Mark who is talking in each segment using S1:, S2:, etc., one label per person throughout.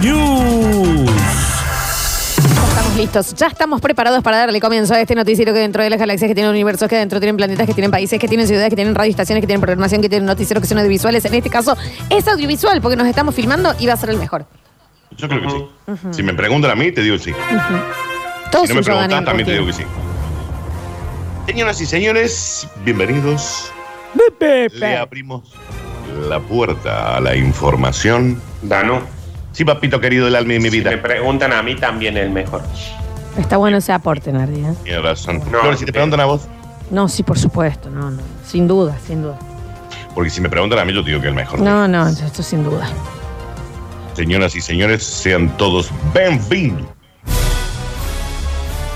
S1: News.
S2: Estamos listos, ya estamos preparados para darle comienzo a este noticiero que dentro de las galaxias, que tienen universos, que dentro tienen planetas, que tienen países, que tienen ciudades, que tienen radioestaciones, que tienen programación, que tienen noticieros, que son audiovisuales. En este caso es audiovisual porque nos estamos filmando y va a ser el mejor.
S3: Yo creo que sí. Si me preguntan a mí, te digo que sí.
S2: Todo
S3: Si no me
S2: suyo, Daniel
S3: preguntan, también te digo
S2: Curtino.
S3: que sí. Señoras y señores, bienvenidos. Le abrimos la puerta a la información.
S4: Danu,
S3: Sí, papito querido del alma y mi
S4: si
S3: vida.
S4: me preguntan a mí también el mejor.
S2: Está bueno ese aporte, Nardi. ¿eh?
S3: Tienes razón.
S4: No,
S3: Flor, si te
S4: eh.
S3: preguntan a vos,
S2: No, sí, por supuesto, no, no. Sin duda, sin duda.
S3: porque si me preguntan a mí, yo te digo que el mejor.
S2: No, no, esto sin duda.
S3: Señoras y señores, sean todos bienvenidos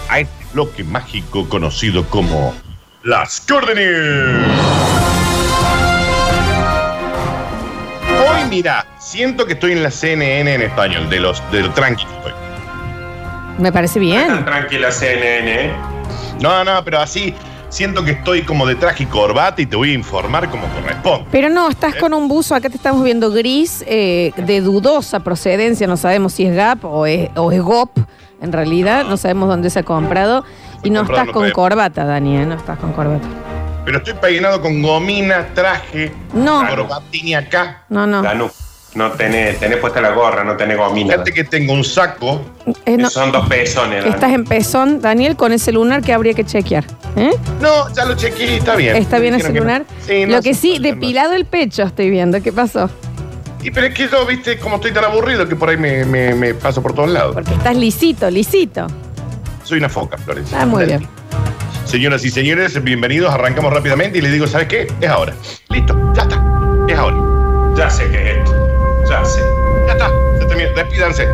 S3: a este bloque mágico conocido como Las Córdenes. Hoy, mira, siento que estoy en la CNN en español, de los de lo tranqui que estoy.
S2: Me parece
S4: Tan
S2: bien.
S4: tranquila CNN, ¿eh?
S3: No, no, pero así siento que estoy como de traje y corbata y te voy a informar como corresponde.
S2: Pero no, estás con un buzo, acá te estamos viendo gris, eh, de dudosa procedencia, no sabemos si es Gap o es, o es GOP, en realidad, no sabemos dónde se ha comprado. Y no
S3: Comprado
S2: estás
S3: no
S2: con
S3: sabemos.
S2: corbata, Dani, ¿eh? no estás con corbata.
S3: Pero estoy peinado con gomina, traje,
S2: No,
S3: corbatini acá.
S2: no, no.
S4: Danu, no tenés, tenés puesta la gorra, no tenés gomina.
S3: Fíjate que tengo un saco
S2: Eh, no.
S4: Son dos pezones, Danu.
S2: Estás en pezón, Daniel, con ese lunar que habría que chequear. ¿eh?
S3: No, ya lo chequeé y está bien.
S2: Está
S3: Me
S2: bien ese
S3: dijeron que no.
S2: lunar.
S3: Sí, no
S2: Lo que
S3: hace
S2: sí,
S3: falta más.
S2: depilado el pecho estoy viendo. ¿Qué pasó?
S3: Y pero es que yo, viste, como estoy tan aburrido que por ahí me, me- me paso por todos lados.
S2: Porque estás lisito, lisito.
S3: Soy una foca, Flores.
S2: Ah, muy bien.
S3: Señoras y señores, bienvenidos. Arrancamos rápidamente y les digo, ¿sabes qué? Es ahora. Listo, ya está. Es ahora.
S4: Ya sé que es esto. Ya sé.
S3: Ya está. Se terminó. Despídanse.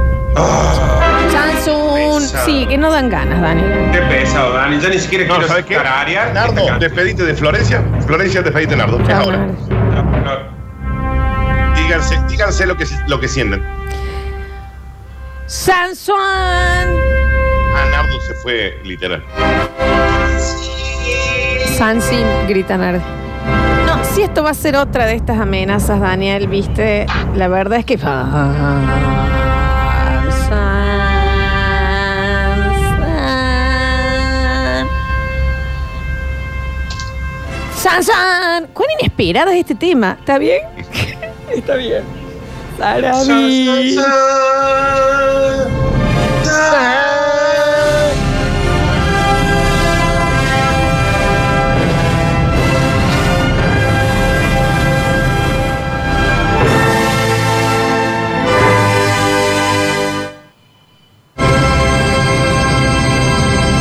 S2: Chansun.
S4: Pesado.
S2: Sí, que no dan ganas, Daniel.
S4: Ah, Qué pesado, Dani. Ya ni siquiera
S3: No,
S4: quiero Este
S3: ¿sabes qué? este
S4: tararear esta
S3: Nardo,
S4: canción.
S3: despedite de Florencia. Florencia, despedite de Nardo.
S2: Ah,
S3: Es ahora.
S4: No, no.
S3: Díganse, díganse lo que, lo que sienten.
S2: Sansuan.
S3: Ah, Nardo se fue literal.
S2: Sansin, grita Nardi. No, si esto va a ser otra de estas amenazas, Daniel, viste, la verdad es que... Sansan. Sansan. ¿Cuán inesperado es este tema? ¿Está bien? Está bien. Sarabí.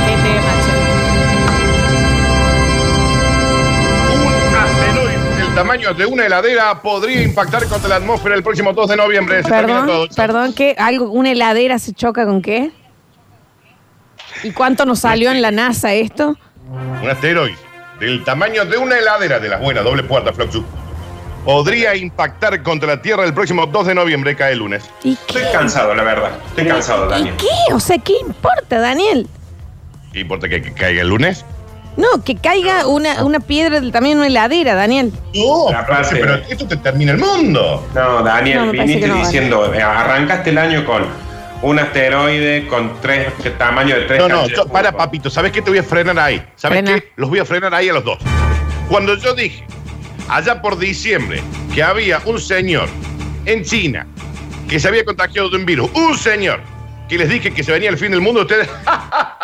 S2: Qué Este tema, che.
S3: Un asteroide del tamaño de una heladera podría impactar contra la atmósfera el próximo 2 de noviembre. Se termina
S2: Perdón,
S3: todo. Chao.
S2: perdón, que algo, una heladera se choca con qué? ¿Y cuánto nos salió en la NASA esto?
S3: Un asteroide del tamaño de una heladera de las buenas, doble puerta, Floxu. Podría impactar contra la Tierra el próximo 2 de noviembre, cae el lunes.
S2: ¿Y
S4: Estoy
S2: qué?
S4: cansado, la verdad. Estoy cansado,
S2: ¿Y
S4: Dani.
S2: qué? O sea, ¿qué importa, Daniel?
S3: ¿Qué importa que, que caiga el lunes?
S2: No, que caiga una, una piedra del tamaño de una heladera, Daniel.
S3: No,
S4: La parte-
S3: pero esto te termina el mundo.
S4: No,
S2: No,
S4: Daniel,
S2: me parece
S4: viniste
S2: que no, Dani.
S4: diciendo, eh, arrancaste el año con un asteroide con tres que tamaño de tres
S3: No, no,
S4: canchas de
S3: yo- para,
S4: fútbol.
S3: papito, ¿sabes qué? Te voy a frenar ahí. ¿Sabes
S2: Frena.
S3: qué? Los voy a frenar ahí a los dos. Cuando yo dije, allá por diciembre, que había un señor en China que se había contagiado de un virus, un señor, que les dije que se venía el fin del mundo, ustedes.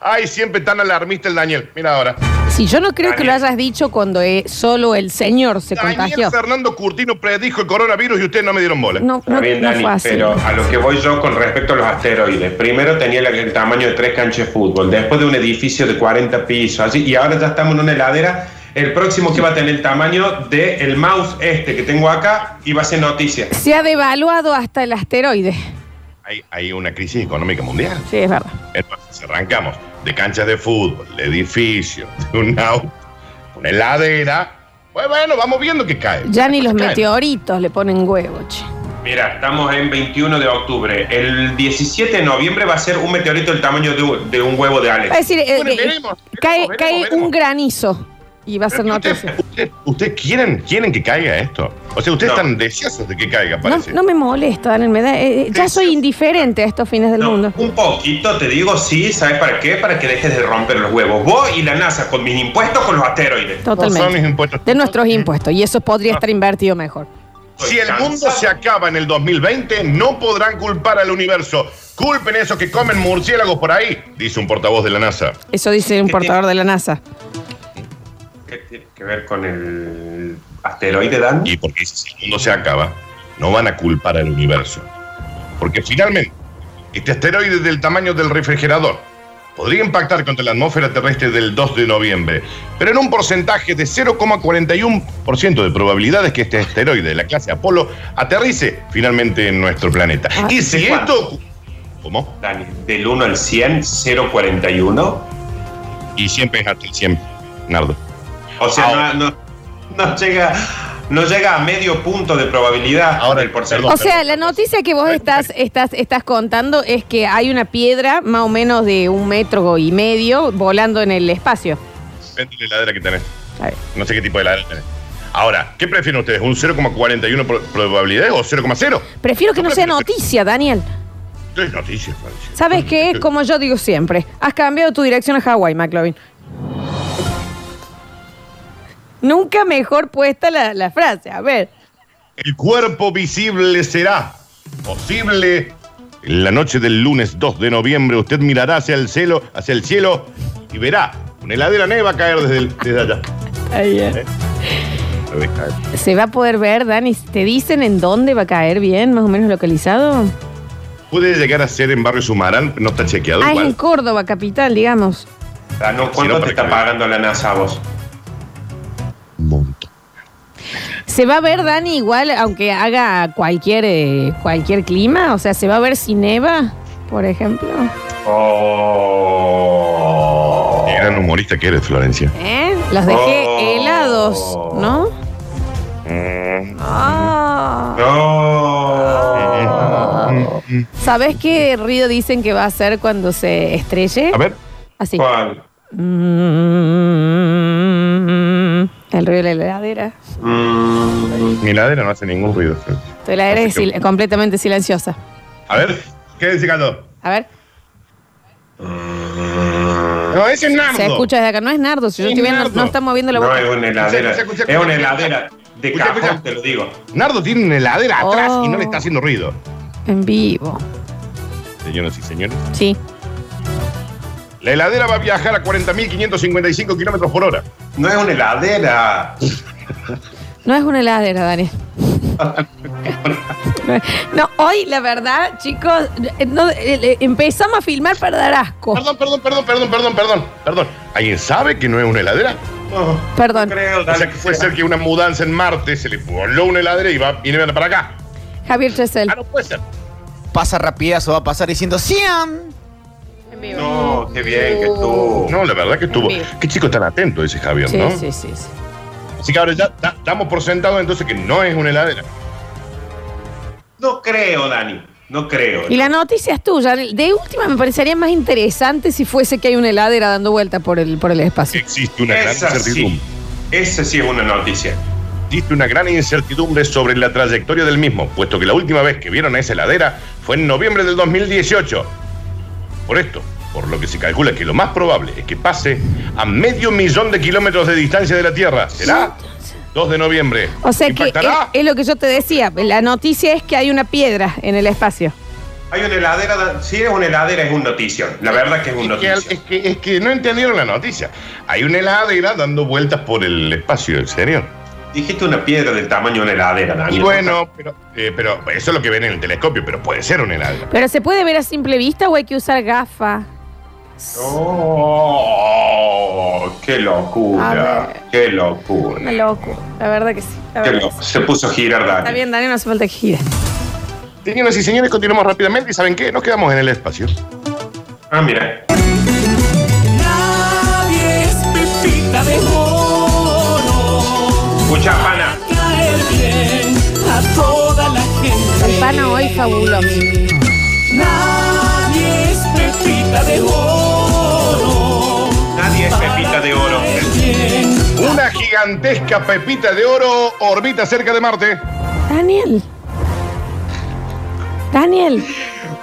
S3: ¡Ay, siempre tan alarmista el Daniel! Mira ahora.
S2: Si yo no creo que lo
S4: Daniel.
S2: hayas dicho cuando eh, solo el señor se
S3: Daniel
S2: contagió.
S3: Fernando Curtino predijo el coronavirus y ustedes no me dieron bola.
S2: No,
S4: Está
S2: no,
S4: bien,
S2: no
S4: Dani,
S2: fue así.
S4: pero a lo que voy yo con respecto a los asteroides. Primero tenía el, el tamaño de tres canchas de fútbol, después de un edificio de 40 pisos, así, y ahora ya estamos en una heladera. El próximo que va a tener el tamaño del el mouse este que tengo acá y va a ser noticia.
S2: Se ha devaluado hasta el asteroide.
S3: Hay, hay una crisis económica mundial.
S2: Sí, es verdad.
S3: Entonces, arrancamos de canchas de fútbol, de edificio, de un auto, una heladera. Pues bueno, vamos viendo que cae.
S2: Ya ni los
S3: Cae.
S2: meteoritos le ponen huevo, che.
S4: Mira, estamos en 21 de octubre. El 17 de noviembre va a ser un meteorito del tamaño de un, de un huevo de
S2: Es
S4: Alex.
S2: decir, eh,
S3: Bueno,
S2: eh,
S3: veremos,
S2: cae,
S3: veremos,
S2: cae
S3: veremos.
S2: un granizo y va a ser
S3: Pero usted-
S2: noticia.
S3: usted- Ustedes quieren, quieren que caiga esto. O sea, ustedes
S4: No.
S3: están deseosos de que caiga,
S2: No,
S3: parece.
S2: no me molesta, Daniel. me da- eh, eh, ya soy indiferente a estos fines del
S4: No,
S2: mundo.
S4: un poquito, te digo, sí, ¿sabes para qué? Para que dejes de romper los huevos. Vos y la NASA, con mis impuestos, con los asteroides.
S3: No son Ah. mis
S2: Totalmente.
S3: impuestos.
S2: De nuestros impuestos. Y eso podría estar invertido mejor.
S3: Si el
S4: Cansado.
S3: mundo se acaba en el 2020, no podrán culpar al universo. Culpen a esos que comen murciélagos por ahí, dice un portavoz de la NASA.
S2: Eso dice un
S4: ¿Qué
S2: portador de la NASA.
S4: ¿Qué tiene que ver con el asteroide, Dan?
S3: Y porque si el mundo se acaba, no van a culpar al universo. Porque finalmente, este asteroide del tamaño del refrigerador podría impactar contra la atmósfera terrestre del 2 de noviembre, pero en un porcentaje de 0,41% de probabilidades que este asteroide de la clase Apolo aterrice finalmente en nuestro planeta.
S2: Ah,
S3: y si
S4: ¿de cuánto?
S3: esto... ocu- ¿Cómo?
S4: Dani, del 1 al 100, 041.
S3: Y siempre es hasta el 100, Nardo.
S4: O sea,
S3: Ahora.
S4: no, no- no llega, no llega a medio punto de probabilidad
S3: Ahora,
S4: del porcentaje.
S3: No,
S2: O sea,
S3: perdón.
S2: la noticia que vos estás, estás, estás contando es que hay una piedra más o menos de un metro y medio volando en el espacio.
S3: Depende de la heladera que tenés.
S2: A ver.
S3: No sé qué tipo de heladera tenés. Ahora, ¿qué prefieren ustedes? ¿Un 0,41 pro- probabilidades o 0,0?
S2: Prefiero que no
S3: No,
S2: sea
S3: pero-
S2: noticia, Daniel.
S3: Tres noticias, Florencia.
S2: ¿Sabes qué? Como yo digo siempre, has cambiado tu dirección a Hawái, McLovin. Nunca mejor puesta la, la frase. A ver,
S3: El cuerpo visible será posible. En la noche del lunes 2 de noviembre usted mirará hacia el cielo, hacia el cielo y verá una heladera neva caer desde, el- desde allá. Lo ves caer.
S2: se va a poder ver, Dani. ¿Te dicen en dónde va a caer bien, más o menos localizado?
S3: Puede llegar a ser en Barrio Sumarán, no está chequeado
S2: Ah, es en
S3: igual.
S2: Córdoba, capital, digamos.
S4: Dan, ¿no?
S3: Si no,
S4: ¿Cuánto
S3: para
S4: te
S3: que-
S4: está pagando la NASA a vos?
S3: Un montón.
S2: ¿Se va a ver, Dani, igual, aunque haga cualquier, eh, cualquier clima? O sea, ¿se va a ver si neva, por ejemplo?
S4: Oh.
S3: Qué gran humorista que eres, Florencia.
S2: ¿Eh? Los dejé
S4: Oh.
S2: helados, ¿no? Ah.
S4: No.
S2: ¿Sabes qué ruido dicen que va a hacer cuando se estrelle?
S3: A ver,
S2: Así.
S4: ¿Cuál?
S2: Mm, El ruido de la heladera.
S4: Mm.
S3: mi heladera no hace ningún ruido. Florencia.
S2: Tu heladera
S3: Así
S2: es
S3: que-
S2: sil- completamente silenciosa.
S3: A ver, ¿qué dice Caldo?
S2: A ver,
S3: No, ese es Nardo.
S2: se escucha desde acá. No es nardo, si yo
S3: Es
S2: estoy viendo,
S3: Nardo.
S2: no está moviendo la
S4: No,
S2: boca.
S4: es una heladera.
S3: Escucha, escucha,
S4: Es
S3: escucha.
S4: una heladera de
S3: Escucha,
S4: cajón,
S3: escucha.
S4: te lo digo.
S3: Nardo tiene una heladera atrás y no le
S2: Oh.
S3: está haciendo ruido.
S2: En vivo.
S3: Señoras y señores.
S2: Sí.
S3: La heladera va a viajar a 40.555 kilómetros por hora.
S4: No es una heladera.
S2: No es una heladera, Dani. No, hoy la verdad, chicos, no, eh, eh, empezamos a filmar para dar asco.
S3: Perdón, perdón, perdón, perdón, perdón, perdón, perdón. ¿Alguien sabe que no es una heladera?
S4: No,
S2: Perdón.
S4: no creo,
S3: O
S4: dale,
S3: sea que puede
S4: sea.
S3: ser que una mudanza en Marte se le voló una heladera y va viene para acá.
S2: Javier Chesel.
S3: Ah, no puede ser.
S5: Pasa rapidazo, va a pasar diciendo ¡Siam!
S2: En vivo.
S4: No, qué bien que tú.
S3: No, la verdad que estuvo.
S2: Oh. Amigo.
S3: Qué chico tan atento ese Javier,
S2: Sí,
S3: ¿no?
S2: sí, sí, sí.
S3: Así que ahora ya da- damos por sentado entonces que no es una heladera.
S4: No creo, Dani. No creo.
S2: Y la noticia es tuya. De última me parecería más interesante si fuese que hay una heladera dando vuelta por el, por el espacio.
S3: Existe una gran
S4: Esa sí.
S3: incertidumbre.
S4: Esa sí es una noticia.
S3: Existe una gran incertidumbre sobre la trayectoria del mismo, puesto que la última vez que vieron a esa heladera fue en noviembre del 2018. Por esto, por lo que se calcula que lo más probable es que pase a medio millón de kilómetros de distancia de la Tierra. ¿Será? 2 de noviembre.
S2: O sea que es,
S3: ¿Impactará?
S2: es lo que yo te decía. La noticia es que hay una piedra en el espacio.
S4: Hay una heladera. Dan- Si es una heladera, es una noticia. La verdad que es una
S3: Es que, es
S4: noticia.
S3: que- es que no entendieron la noticia. Hay una heladera dando vueltas por el espacio exterior.
S4: Dijiste una piedra del tamaño de una heladera, Dani.
S3: Y bueno, pero, eh, pero eso es lo que ven en el telescopio, pero puede ser una heladera.
S2: Pero ¿se puede ver a simple vista o hay que usar gafas?
S4: Oh, qué
S2: A
S4: locura.
S2: ver.
S4: Qué
S2: Una
S4: locura.
S2: loco. La verdad que sí. La
S4: Qué
S2: verdad que
S4: loco.
S2: sí.
S4: Se puso a girar,
S2: Está
S4: Dani.
S2: bien, Daniel, no hace falta que gire.
S3: Señoras y señores, continuamos rápidamente y ¿saben qué? Nos quedamos en el espacio.
S4: Ah, mira.
S6: Nadie es pepita de gol.
S3: Chapana.
S6: caer bien a toda la gente.
S2: El pana hoy fabuloso.
S6: Nadie es pepita de oro.
S4: Nadie es pepita de oro.
S6: Caer bien.
S3: Una gigantesca pepita de oro orbita cerca de Marte.
S2: Daniel. Daniel.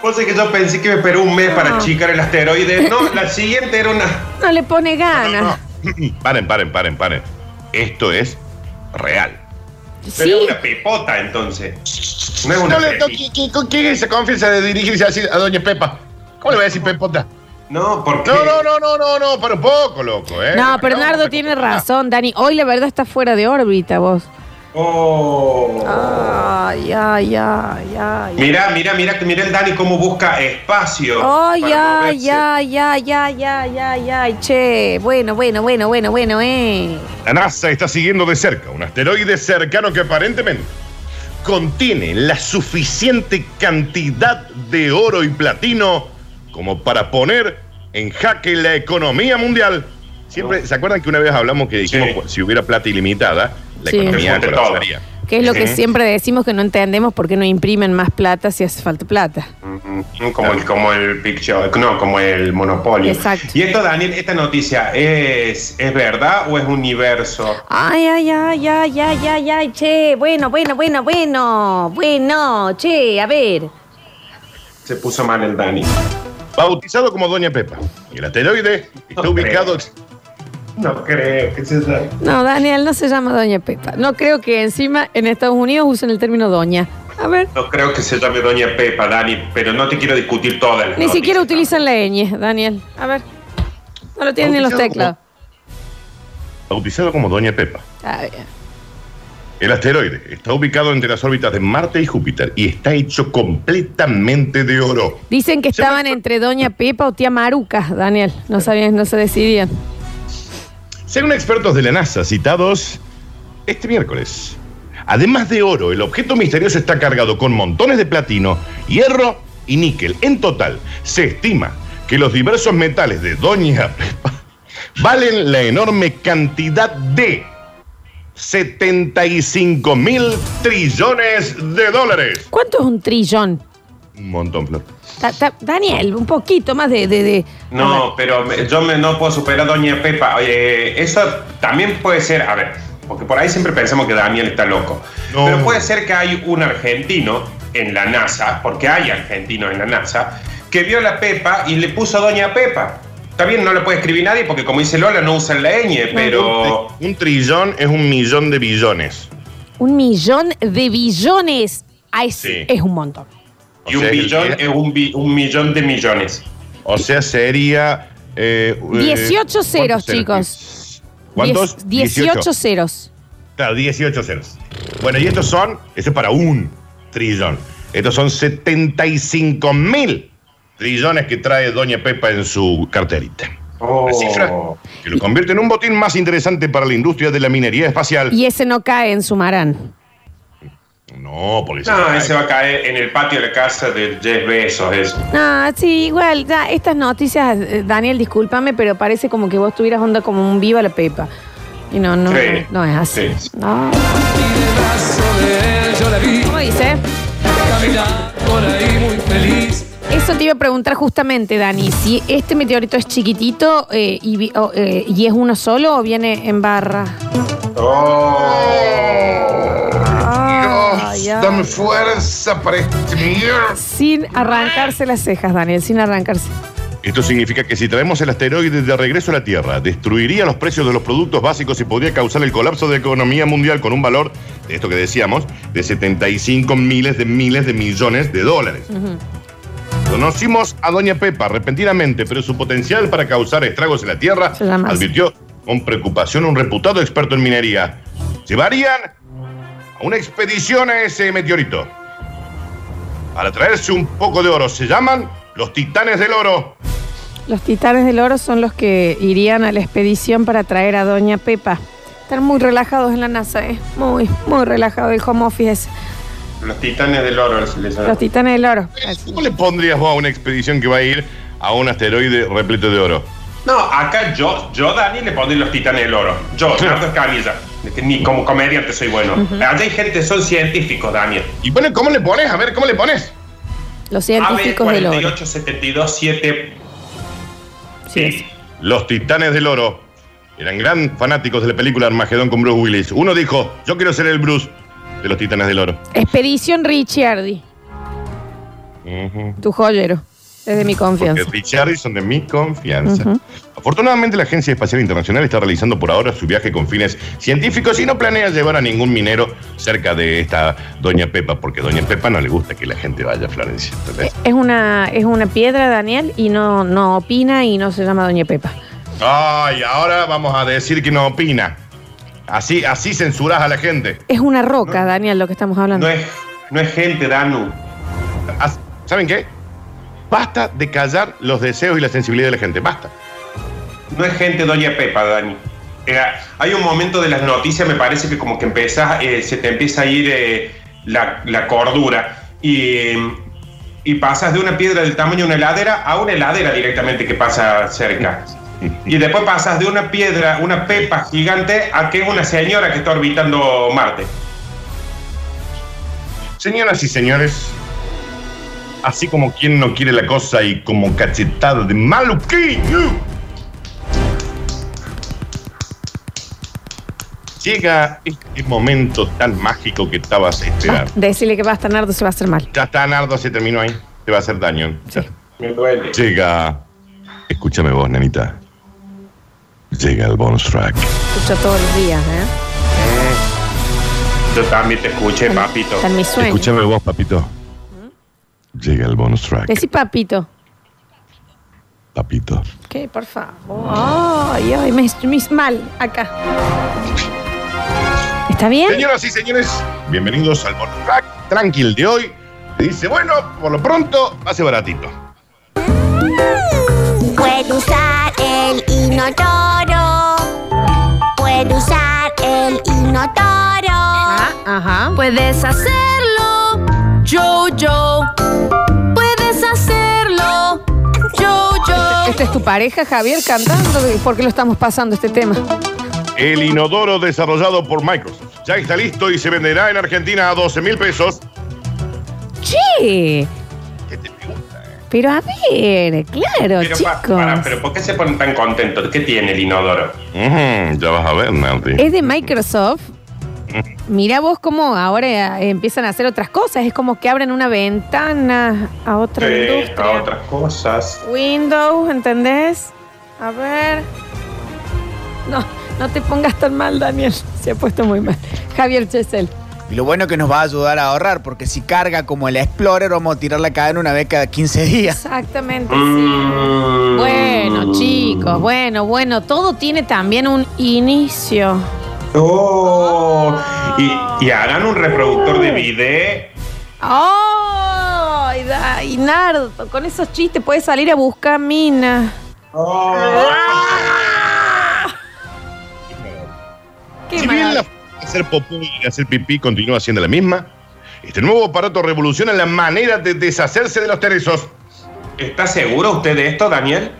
S4: Vos sé que yo pensé que me esperó un mes para chicar el asteroide. No, la siguiente era una.
S2: No le pone
S3: No,
S2: ganas.
S3: no. paren, paren, paren, paren. Esto es real.
S2: Sí.
S4: Pero es una pepota entonces. No es una
S3: No le
S4: pepita.
S3: toque, ¿qué- qué- ¿Quién es esa confianza de dirigirse así a Doña Pepa? ¿Cómo le va a decir Pepota?
S4: No, porque.
S3: No, no, no, no, no, no, para un poco, loco, ¿eh?
S2: No,
S3: pero
S2: Bernardo tiene razón, Dani. Hoy la verdad está fuera de órbita vos.
S4: Oh.
S2: Ay, ay, ay, ay.
S4: Mirá, mirá, mirá, que mirá el Dani cómo busca espacio.
S2: Ay,
S4: para
S2: ay,
S4: moverse.
S2: ay, ay, ay, ay, ay, ay, che. Bueno, bueno, bueno, bueno, bueno, eh.
S3: La NASA está siguiendo de cerca un asteroide cercano que aparentemente contiene la suficiente cantidad de oro y platino como para poner en jaque la economía mundial. Siempre, ¿se acuerdan que una vez hablamos que dijimos
S4: Sí.
S3: cu- si hubiera plata ilimitada, la
S2: Sí.
S3: economía
S4: Desmonte
S3: colapsaría?
S2: Que es lo que
S4: Sí.
S2: siempre decimos que no entendemos por qué no imprimen más plata si hace falta plata.
S4: Mm, Como el, como el picture, no, como el monopolio.
S2: Exacto.
S4: Y esto, Daniel, esta noticia, ¿es, ¿es verdad o es universo?
S2: Ay, ay, ay, ay, ay, ay, ay, che. Bueno, bueno, bueno, bueno. Bueno, che, a ver.
S4: Se puso mal el Dani.
S3: Bautizado como Doña Pepa. Y el asteroide está
S4: No
S3: ubicado.
S4: No creo que sea verdad.
S2: No, Daniel, no se llama Doña Pepa. No creo que encima en Estados Unidos usen el término Doña. A ver.
S4: No creo que se llame Doña Pepa, Dani, pero no te quiero discutir todas las
S2: Ni
S4: noticias,
S2: siquiera
S4: ¿no?
S2: utilizan la ñ, Daniel. A ver. No lo tienen ni en los teclados.
S3: Bautizado Bautizado como Doña Pepa.
S2: A ver.
S3: El asteroide está ubicado entre las órbitas de Marte y Júpiter y está hecho completamente de oro.
S2: Dicen que estaban entre Doña Pepa o tía Maruca, Daniel. No sabían, no se decidían.
S3: Según expertos de la NASA citados este miércoles, además de oro, el objeto misterioso está cargado con montones de platino, hierro y níquel. En total, se estima que los diversos metales de Doña Pepa valen la enorme cantidad de 75 mil trillones de dólares.
S2: ¿Cuánto es un trillón?
S3: Un montón, Flor.
S2: Ta- ta- Daniel, un poquito más de. de, de- A ver.
S4: No, pero me- yo me, no puedo superar a Doña Pepa. Oye, eso también puede ser, a ver, porque por ahí siempre pensamos que Daniel está loco.
S3: No.
S4: Pero puede ser que hay un argentino en la NASA, porque hay argentinos en la NASA, que vio a la Pepa y le puso Doña Pepa. También no le puede escribir nadie porque como dice Lola no usan la ñ, pero...
S3: Un trillón es un millón de billones.
S2: Un millón de billones. Ay,
S3: Sí.
S2: es un montón.
S3: O
S4: Y un
S3: sea, el-
S4: billón es un, bi- un millón de millones.
S3: O sea, sería. eh, eh,
S2: 18
S3: ¿cuántos
S2: ceros,
S3: ¿Cuántos?
S2: Diez- 18, ceros.
S3: Claro, 18 ceros. Bueno, y estos son. Eso es para un trillón. Estos son 75 mil trillones que trae Doña Pepa en su carterita.
S4: Oh.
S3: La cifra que lo convierte en un botín más interesante para la industria de la minería espacial.
S2: Y ese no cae en Sumarán.
S3: No, porque se
S4: No,
S3: cae.
S4: Ah, ese va a caer en el patio de la casa de Jeff Bezos, eso.
S2: No, sí, igual, ya, estas noticias, eh, Daniel, discúlpame, pero parece como que vos tuvieras onda como un viva la pepa. Y no, no,
S4: Sí.
S2: no, no es así.
S4: Sí.
S2: No.
S6: Y de brazo de él yo la vi
S2: ¿Cómo dice?
S6: caminar por ahí muy feliz.
S2: Eso te iba a preguntar justamente, Dani, si este meteorito es chiquitito eh, y, vi- o, eh, y es uno solo o viene en barra.
S4: Oh.
S2: Ay, ay.
S3: Dame fuerza para este mierda.
S2: Sin arrancarse las cejas, Daniel, sin arrancarse.
S3: Esto significa que si traemos el asteroide de regreso a la Tierra, destruiría los precios de los productos básicos y podría causar el colapso de la economía mundial con un valor, de esto que decíamos, de 75 miles de miles de millones de dólares. Conocimos a Doña Pepa repentinamente, pero su potencial para causar estragos en la Tierra,
S2: Se llama así.
S3: advirtió con preocupación un reputado experto en minería. Llevarían a una expedición a ese meteorito. Para traerse un poco de oro, se llaman los titanes del oro.
S2: Los titanes del oro son los que irían a la expedición para traer a Doña Pepa. Están muy relajados en la NASA, ¿eh? Muy, muy relajados el home office. ese.
S4: Los titanes del oro se les llama.
S2: Los titanes del oro.
S3: ¿Cómo le pondrías vos a una expedición que va a ir a un asteroide repleto de oro?
S4: No, acá yo, yo Dani, le pondré los titanes del oro. Yo, Nardo Escanilla. Ni como comediante soy bueno. Allá hay gente, son científicos, Daniel.
S3: Y bueno, ¿cómo le pones? A ver, ¿cómo le pones?
S2: Los
S4: AB
S2: científicos del oro.
S4: 48, 72, 7.
S2: Sí, es.
S3: Los Titanes del Oro eran gran fanáticos de la película Armagedón con Bruce Willis. Uno dijo, yo quiero ser el Bruce de los Titanes del Oro.
S2: Expedición Ricciardi,
S3: Ujú.
S2: tu joyero. Desde mi
S3: Porque
S2: confianza.
S3: Richardson de mi confianza. Afortunadamente, la Agencia Espacial Internacional está realizando por ahora su viaje con fines científicos y no planea llevar a ningún minero cerca de esta Doña Pepa, porque a Doña Pepa no le gusta que la gente vaya a Florencia. ¿entendés?
S2: Es una, es una piedra, Daniel, y no, no opina y no se llama Doña Pepa.
S3: Ay, ahora vamos a decir que no opina. Así, así censurás a la gente.
S2: Es una roca, Daniel, lo que estamos hablando.
S4: No es, no es gente, Danu.
S3: As- ¿Saben qué? Basta de callar los deseos y la sensibilidad de la gente. Basta.
S4: No es gente Doña Pepa, Dani. Eh, hay un momento de las noticias, me parece que como que empezás, eh, se te empieza a ir eh, la, la cordura y, y pasas de una piedra del tamaño de una heladera a una heladera directamente que pasa cerca. Y después pasas de una piedra, una pepa gigante, a que es una señora que está orbitando Marte.
S3: Señoras y señores, así como quien no quiere la cosa y como cachetada de maluquillo, llega este momento tan mágico que estabas
S2: Ah,
S3: esperando.
S2: decirle que basta, Nardo, se va a hacer mal.
S3: Ya está, Nardo, se terminó ahí. Te va a hacer daño. Ya.
S4: Me duele.
S3: Llega. Escúchame vos, nenita. Llega el bonus track.
S2: Escucho todos los días, ¿eh?
S4: Yo también te escuché, papito.
S2: Está en mi sueño.
S3: Escúchame vos, papito. Llega el bonus track.
S2: Decí papito.
S3: Papito.
S2: ¿Qué? Por favor. Ay, ay, me, me hice mal acá. ¿Está bien?
S3: Señoras y señores, bienvenidos al bonus track tranquil de hoy. Que Dice, bueno, por lo pronto, hace baratito.
S7: Puedo usar el inodoro. Puedo usar el inodoro.
S2: Ah, ajá.
S8: Puedes hacerlo, Jojo. Puedes hacerlo, Jojo.
S2: Esta Este, es tu pareja, Javier, cantando. ¿Por qué lo estamos pasando este tema?
S3: El inodoro desarrollado por Microsoft. Ya está listo y se venderá en Argentina a 12 mil pesos.
S2: ¡Che!
S3: ¿Qué te pregunta? eh?
S2: Pero a ver, claro,
S4: Pero, pa-
S2: chicos.
S4: para, pero ¿por qué se ponen tan contentos? ¿Qué tiene el inodoro?
S3: Ujú, ya vas a ver, Nati.
S2: Es de Microsoft. Mira vos cómo ahora eh, empiezan a hacer otras cosas. Es como que abren una ventana a otra
S4: Sí,
S2: industria.
S4: a otras cosas.
S2: Windows, ¿entendés? A ver. No, no te pongas tan mal, Daniel. Se ha puesto muy mal. Javier Chesel.
S5: Y lo bueno que nos va a ayudar a ahorrar, porque si carga como el Explorer, vamos a tirar la cadena una vez cada 15 días.
S2: Exactamente.
S4: Mm.
S2: Bueno, chicos, bueno, bueno, todo tiene también un inicio.
S4: Oh, y, y hagan un reproductor de video.
S2: ¡Oh! Y, da- y Nardo, con esos chistes puedes salir a buscar mina. Qué
S3: Si bien
S2: maravilla.
S3: la forma de hacer popó y hacer pipí continúa siendo la misma, este nuevo aparato revoluciona la manera de deshacerse de los teresos.
S4: ¿Está seguro usted de esto, Daniel?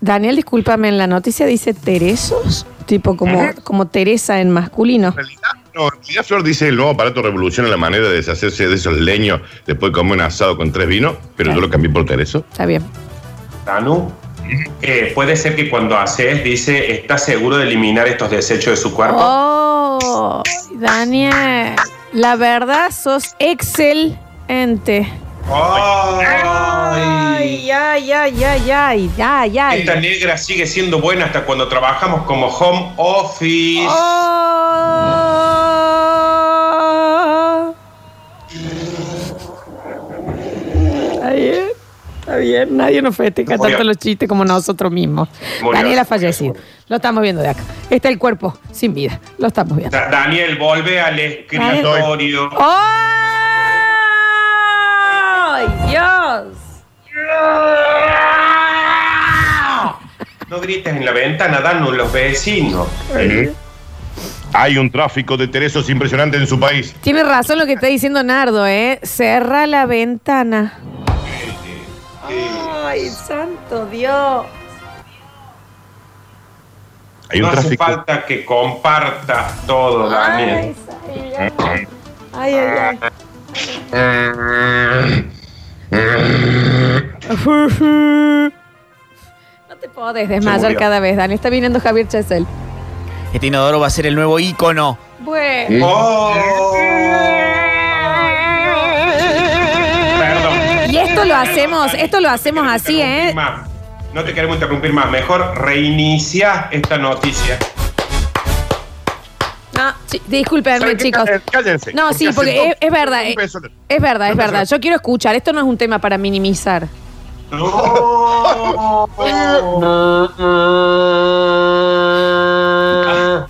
S2: Daniel, discúlpame, en la noticia dice Teresos, tipo como, como Teresa en masculino.
S3: En realidad, no, en realidad Flor dice el nuevo aparato revoluciona la manera de deshacerse de esos leños después de comer un asado con tres vinos, pero yo lo cambié por tereso.
S2: Está bien.
S4: Danu, eh, puede ser que cuando haces dice, ¿está seguro de eliminar estos desechos de su cuerpo?
S2: Oh, Daniel, la verdad sos excelente. Oh.
S4: Ay.
S2: Ay, ay, ay, ay, ay, ay, ay.
S4: Esta negra sigue siendo buena hasta cuando trabajamos como home office.
S2: Oh. Está bien, eh, está bien. Nadie nos festeja
S4: Murió.
S2: tanto los chistes como nosotros mismos.
S4: Murió.
S2: Daniel ha fallecido. Lo estamos viendo de acá. Está el cuerpo sin vida. Lo estamos viendo.
S4: Da- Daniel, vuelve al escritorio.
S2: ¡Ay, Dios!
S4: No grites en la ventana, Danu, los vecinos.
S3: Hay un tráfico de teresos impresionante en su país.
S2: Tiene razón lo que está diciendo Nardo, ¿eh? Cerra la ventana. ¡Ay, santo Dios!
S3: Hay
S4: no
S3: un
S4: hace
S3: tráfico.
S4: falta que compartas todo, Daniel.
S2: Ay, ay, ay. No te podés desmayar
S4: murió.
S2: cada vez, Dani. Está viniendo Javier Chesel.
S5: Este inodoro va a ser el nuevo ícono.
S2: Bueno.
S4: Oh. Perdón.
S2: Y esto lo hacemos, esto lo hacemos
S4: No te
S2: así,
S4: queremos
S2: ¿eh?
S4: interrumpir más. No te queremos interrumpir más. Mejor reinicia esta noticia.
S2: No, sí, discúlpenme,
S3: ¿Saben qué?
S2: chicos.
S3: Cállense.
S2: No, sí,
S3: hace
S2: porque
S3: dos-
S2: es, es verdad.
S3: un
S2: Es,
S3: beso.
S2: es verdad, es
S3: Un beso.
S2: verdad. Yo quiero escuchar. Esto no es un tema para minimizar.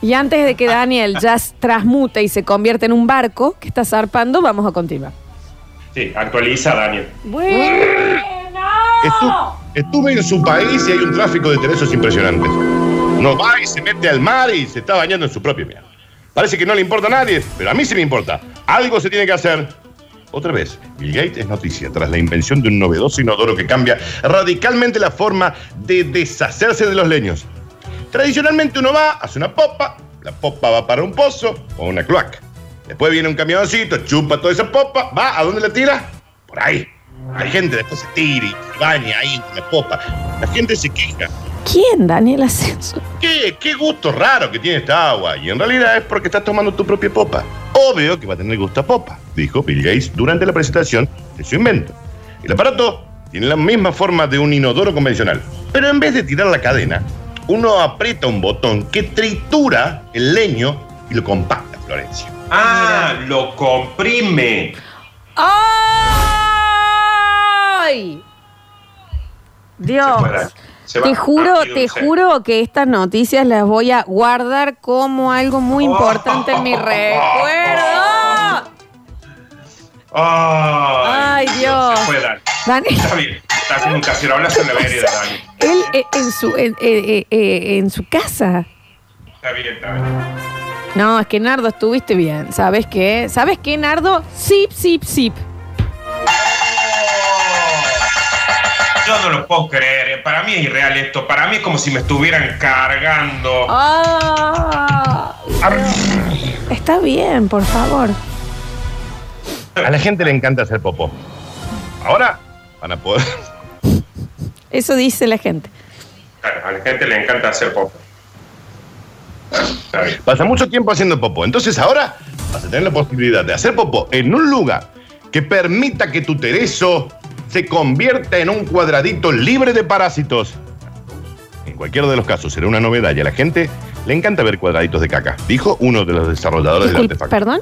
S2: Y antes de que
S3: Ah.
S2: Daniel ya s- transmute y se convierta en un barco que está zarpando, vamos a continuar.
S4: Sí, actualiza, Daniel.
S2: Bueno.
S3: Estu- estuve en su país y hay un tráfico de intereses impresionantes. No va y se mete al mar y se está bañando en su propia mierda. Parece que no le importa a nadie, pero a mí sí me importa. Algo se tiene que hacer. Otra vez, Bill Gates es noticia tras la invención de un novedoso inodoro que cambia radicalmente la forma de deshacerse de los leños. Tradicionalmente uno va, hace una popa, la popa va para un pozo o una cloaca. Después viene un camioncito, chupa toda esa popa, va, ¿a dónde la tira? Por ahí. La gente después se tira y se baña ahí en la popa. La gente se queja.
S2: ¿Quién, Daniel Ascenso?
S3: ¿Qué, qué gusto raro que tiene esta agua. Y en realidad es porque estás tomando tu propia popa. Obvio que va a tener gusto a popa, dijo Bill Gates durante la presentación de su invento. El aparato tiene la misma forma de un inodoro convencional, pero en vez de tirar la cadena, uno aprieta un botón que tritura el leño y lo compacta, Florencia.
S4: Ah, lo comprime.
S2: ¡Ay! Dios. Te juro, te juro que estas noticias las voy a guardar como algo muy importante en mi recuerdo. Ay,
S4: Ay,
S2: Dios.
S4: Se fue, Dani.
S2: Daniel.
S4: Está bien. Está como un cacerolazo en la vereda, Dani.
S2: Él eh, en su, en, eh, eh, eh, en su casa.
S4: Está bien, está bien.
S2: No, es que Nardo estuviste bien. ¿Sabes qué? ¿Sabes qué, Nardo? Zip, zip, zip.
S4: Yo no lo puedo creer. eh. Para mí es irreal esto. Para mí es como si me estuvieran cargando.
S2: Ah. Está bien, por favor.
S3: A la gente le encanta hacer popó. Ahora van a poder.
S2: Eso dice la gente.
S4: Claro, a la gente le encanta hacer pop. Está bien.
S3: Pasa mucho tiempo haciendo popó. Entonces ahora vas a tener la posibilidad de hacer popó en un lugar que permita que tu tereso se convierta en un cuadradito libre de parásitos. En cualquiera de los casos será una novedad y a la gente le encanta ver cuadraditos de caca, dijo uno de los desarrolladores del
S2: Disculpe,
S3: artefacto.
S2: ¿Perdón?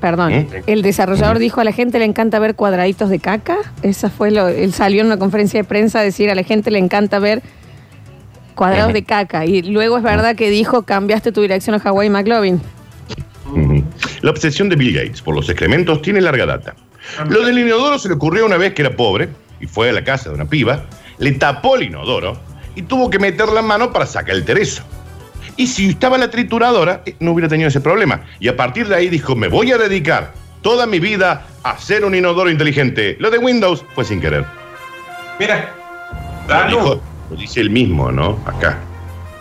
S2: Perdón.
S3: ¿Mm?
S2: El desarrollador dijo a la gente le encanta ver cuadraditos de caca. Esa fue lo. Él salió en una conferencia de prensa a decir a la gente le encanta ver cuadrados de caca. Y luego es verdad que dijo cambiaste tu dirección a Hawaii McLovin.
S3: Ujú. La obsesión de Bill Gates por los excrementos tiene larga data. Lo del inodoro se le ocurrió una vez que era pobre y fue a la casa de una piba, le tapó el inodoro y tuvo que meter la mano para sacar el tereso. Y si estaba la trituradora, eh, no hubiera tenido ese problema. Y a partir de ahí dijo, me voy a dedicar toda mi vida a hacer un inodoro inteligente. Lo de Windows fue sin querer.
S4: Mira,
S3: Lo,
S4: Danu,
S3: dijo- lo dice él mismo, ¿no? Acá.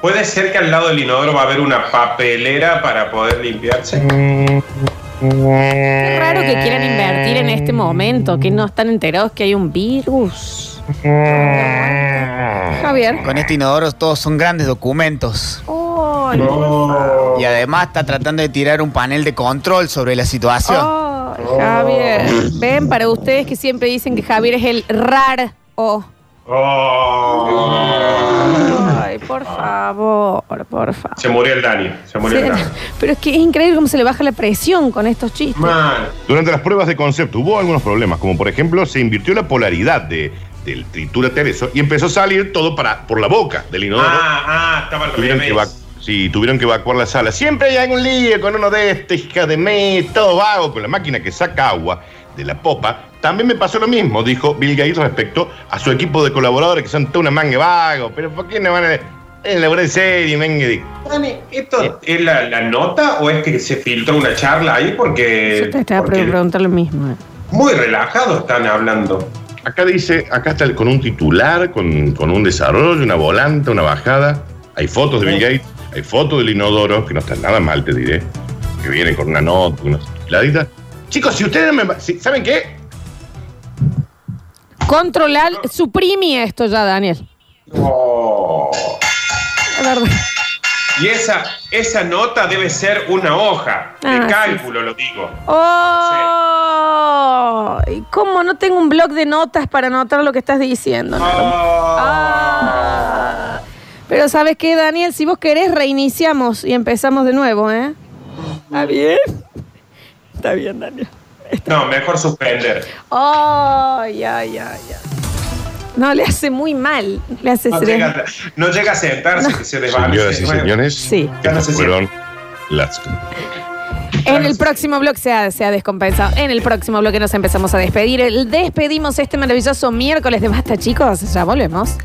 S4: ¿puede ser que al lado del inodoro va a haber una papelera para poder limpiarse?
S2: Es raro que quieran invertir en este momento, que no están enterados que hay un virus. Javier.
S5: Con este inodoro todos son grandes documentos.
S2: Ay,
S5: Y además está tratando de tirar un panel de control sobre la situación.
S2: ay, Javier. Ven, para ustedes que siempre dicen que Javier es el raro.
S4: Oh.
S2: Ay, por favor, por favor.
S4: Se murió el Dani, se murió el Dani.
S2: Sí, Pero es que es increíble cómo se le baja la presión con estos chistes.
S4: Mal.
S3: Durante las pruebas de concepto hubo algunos problemas, como por ejemplo se invirtió la polaridad de, del tritura tereso y empezó a salir todo para, por la boca del inodoro.
S4: Ah, ah, estaba al
S3: tuvieron, que
S4: revés.
S3: evacu- sí, tuvieron que evacuar la sala. Siempre hay algún lío con uno de estos, hija de mí, todo vago, con la máquina que saca agua de la popa. También me pasó lo mismo, dijo Bill Gates respecto a su equipo de colaboradores que son toda una manga de vago. Pero ¿por qué no van a... En la en serio, manga de-
S4: Dani, ¿esto es la, la nota o es que se filtró una charla ahí? Porque,
S2: Yo te estaba
S4: porque
S2: preguntando lo mismo. eh.
S4: muy relajado están hablando.
S3: Acá dice, acá está el- con un titular, con, con un desarrollo, una volante, una bajada. Hay fotos de Bill Gates Hay fotos del inodoro, que no están nada mal, te diré. Que vienen con una nota, unas laditas. Chicos, si ustedes no me. si- ¿Saben qué?
S2: Controlar, suprimí esto ya, Daniel.
S4: Oh.
S2: La verdad.
S4: Y esa, esa nota debe ser una hoja de
S2: Ah, sí,
S4: cálculo, lo digo.
S2: ¡Oh! ¿Y cómo no tengo un blog de notas para anotar lo que estás diciendo?
S4: Ah.
S2: Ah. Pero ¿sabes qué, Daniel? Si vos querés, reiniciamos y empezamos de nuevo, ¿eh? Está bien. Está bien, Daniel.
S4: No, mejor suspender.
S2: ¡Ay, ay, ay, ay! No, le hace muy mal. Le hace...
S4: No
S2: ser-
S4: llega, no llega a sentarse, que se desvanece.
S3: Señoras y
S4: Bueno,
S3: señores,
S2: Sí.
S4: Ya no sé
S3: estas
S4: si-
S3: fueron las
S2: En el próximo blog se ha, se ha descompensado. En el próximo bloque nos empezamos a despedir. El- Despedimos este maravilloso miércoles de basta, chicos. Ya volvemos.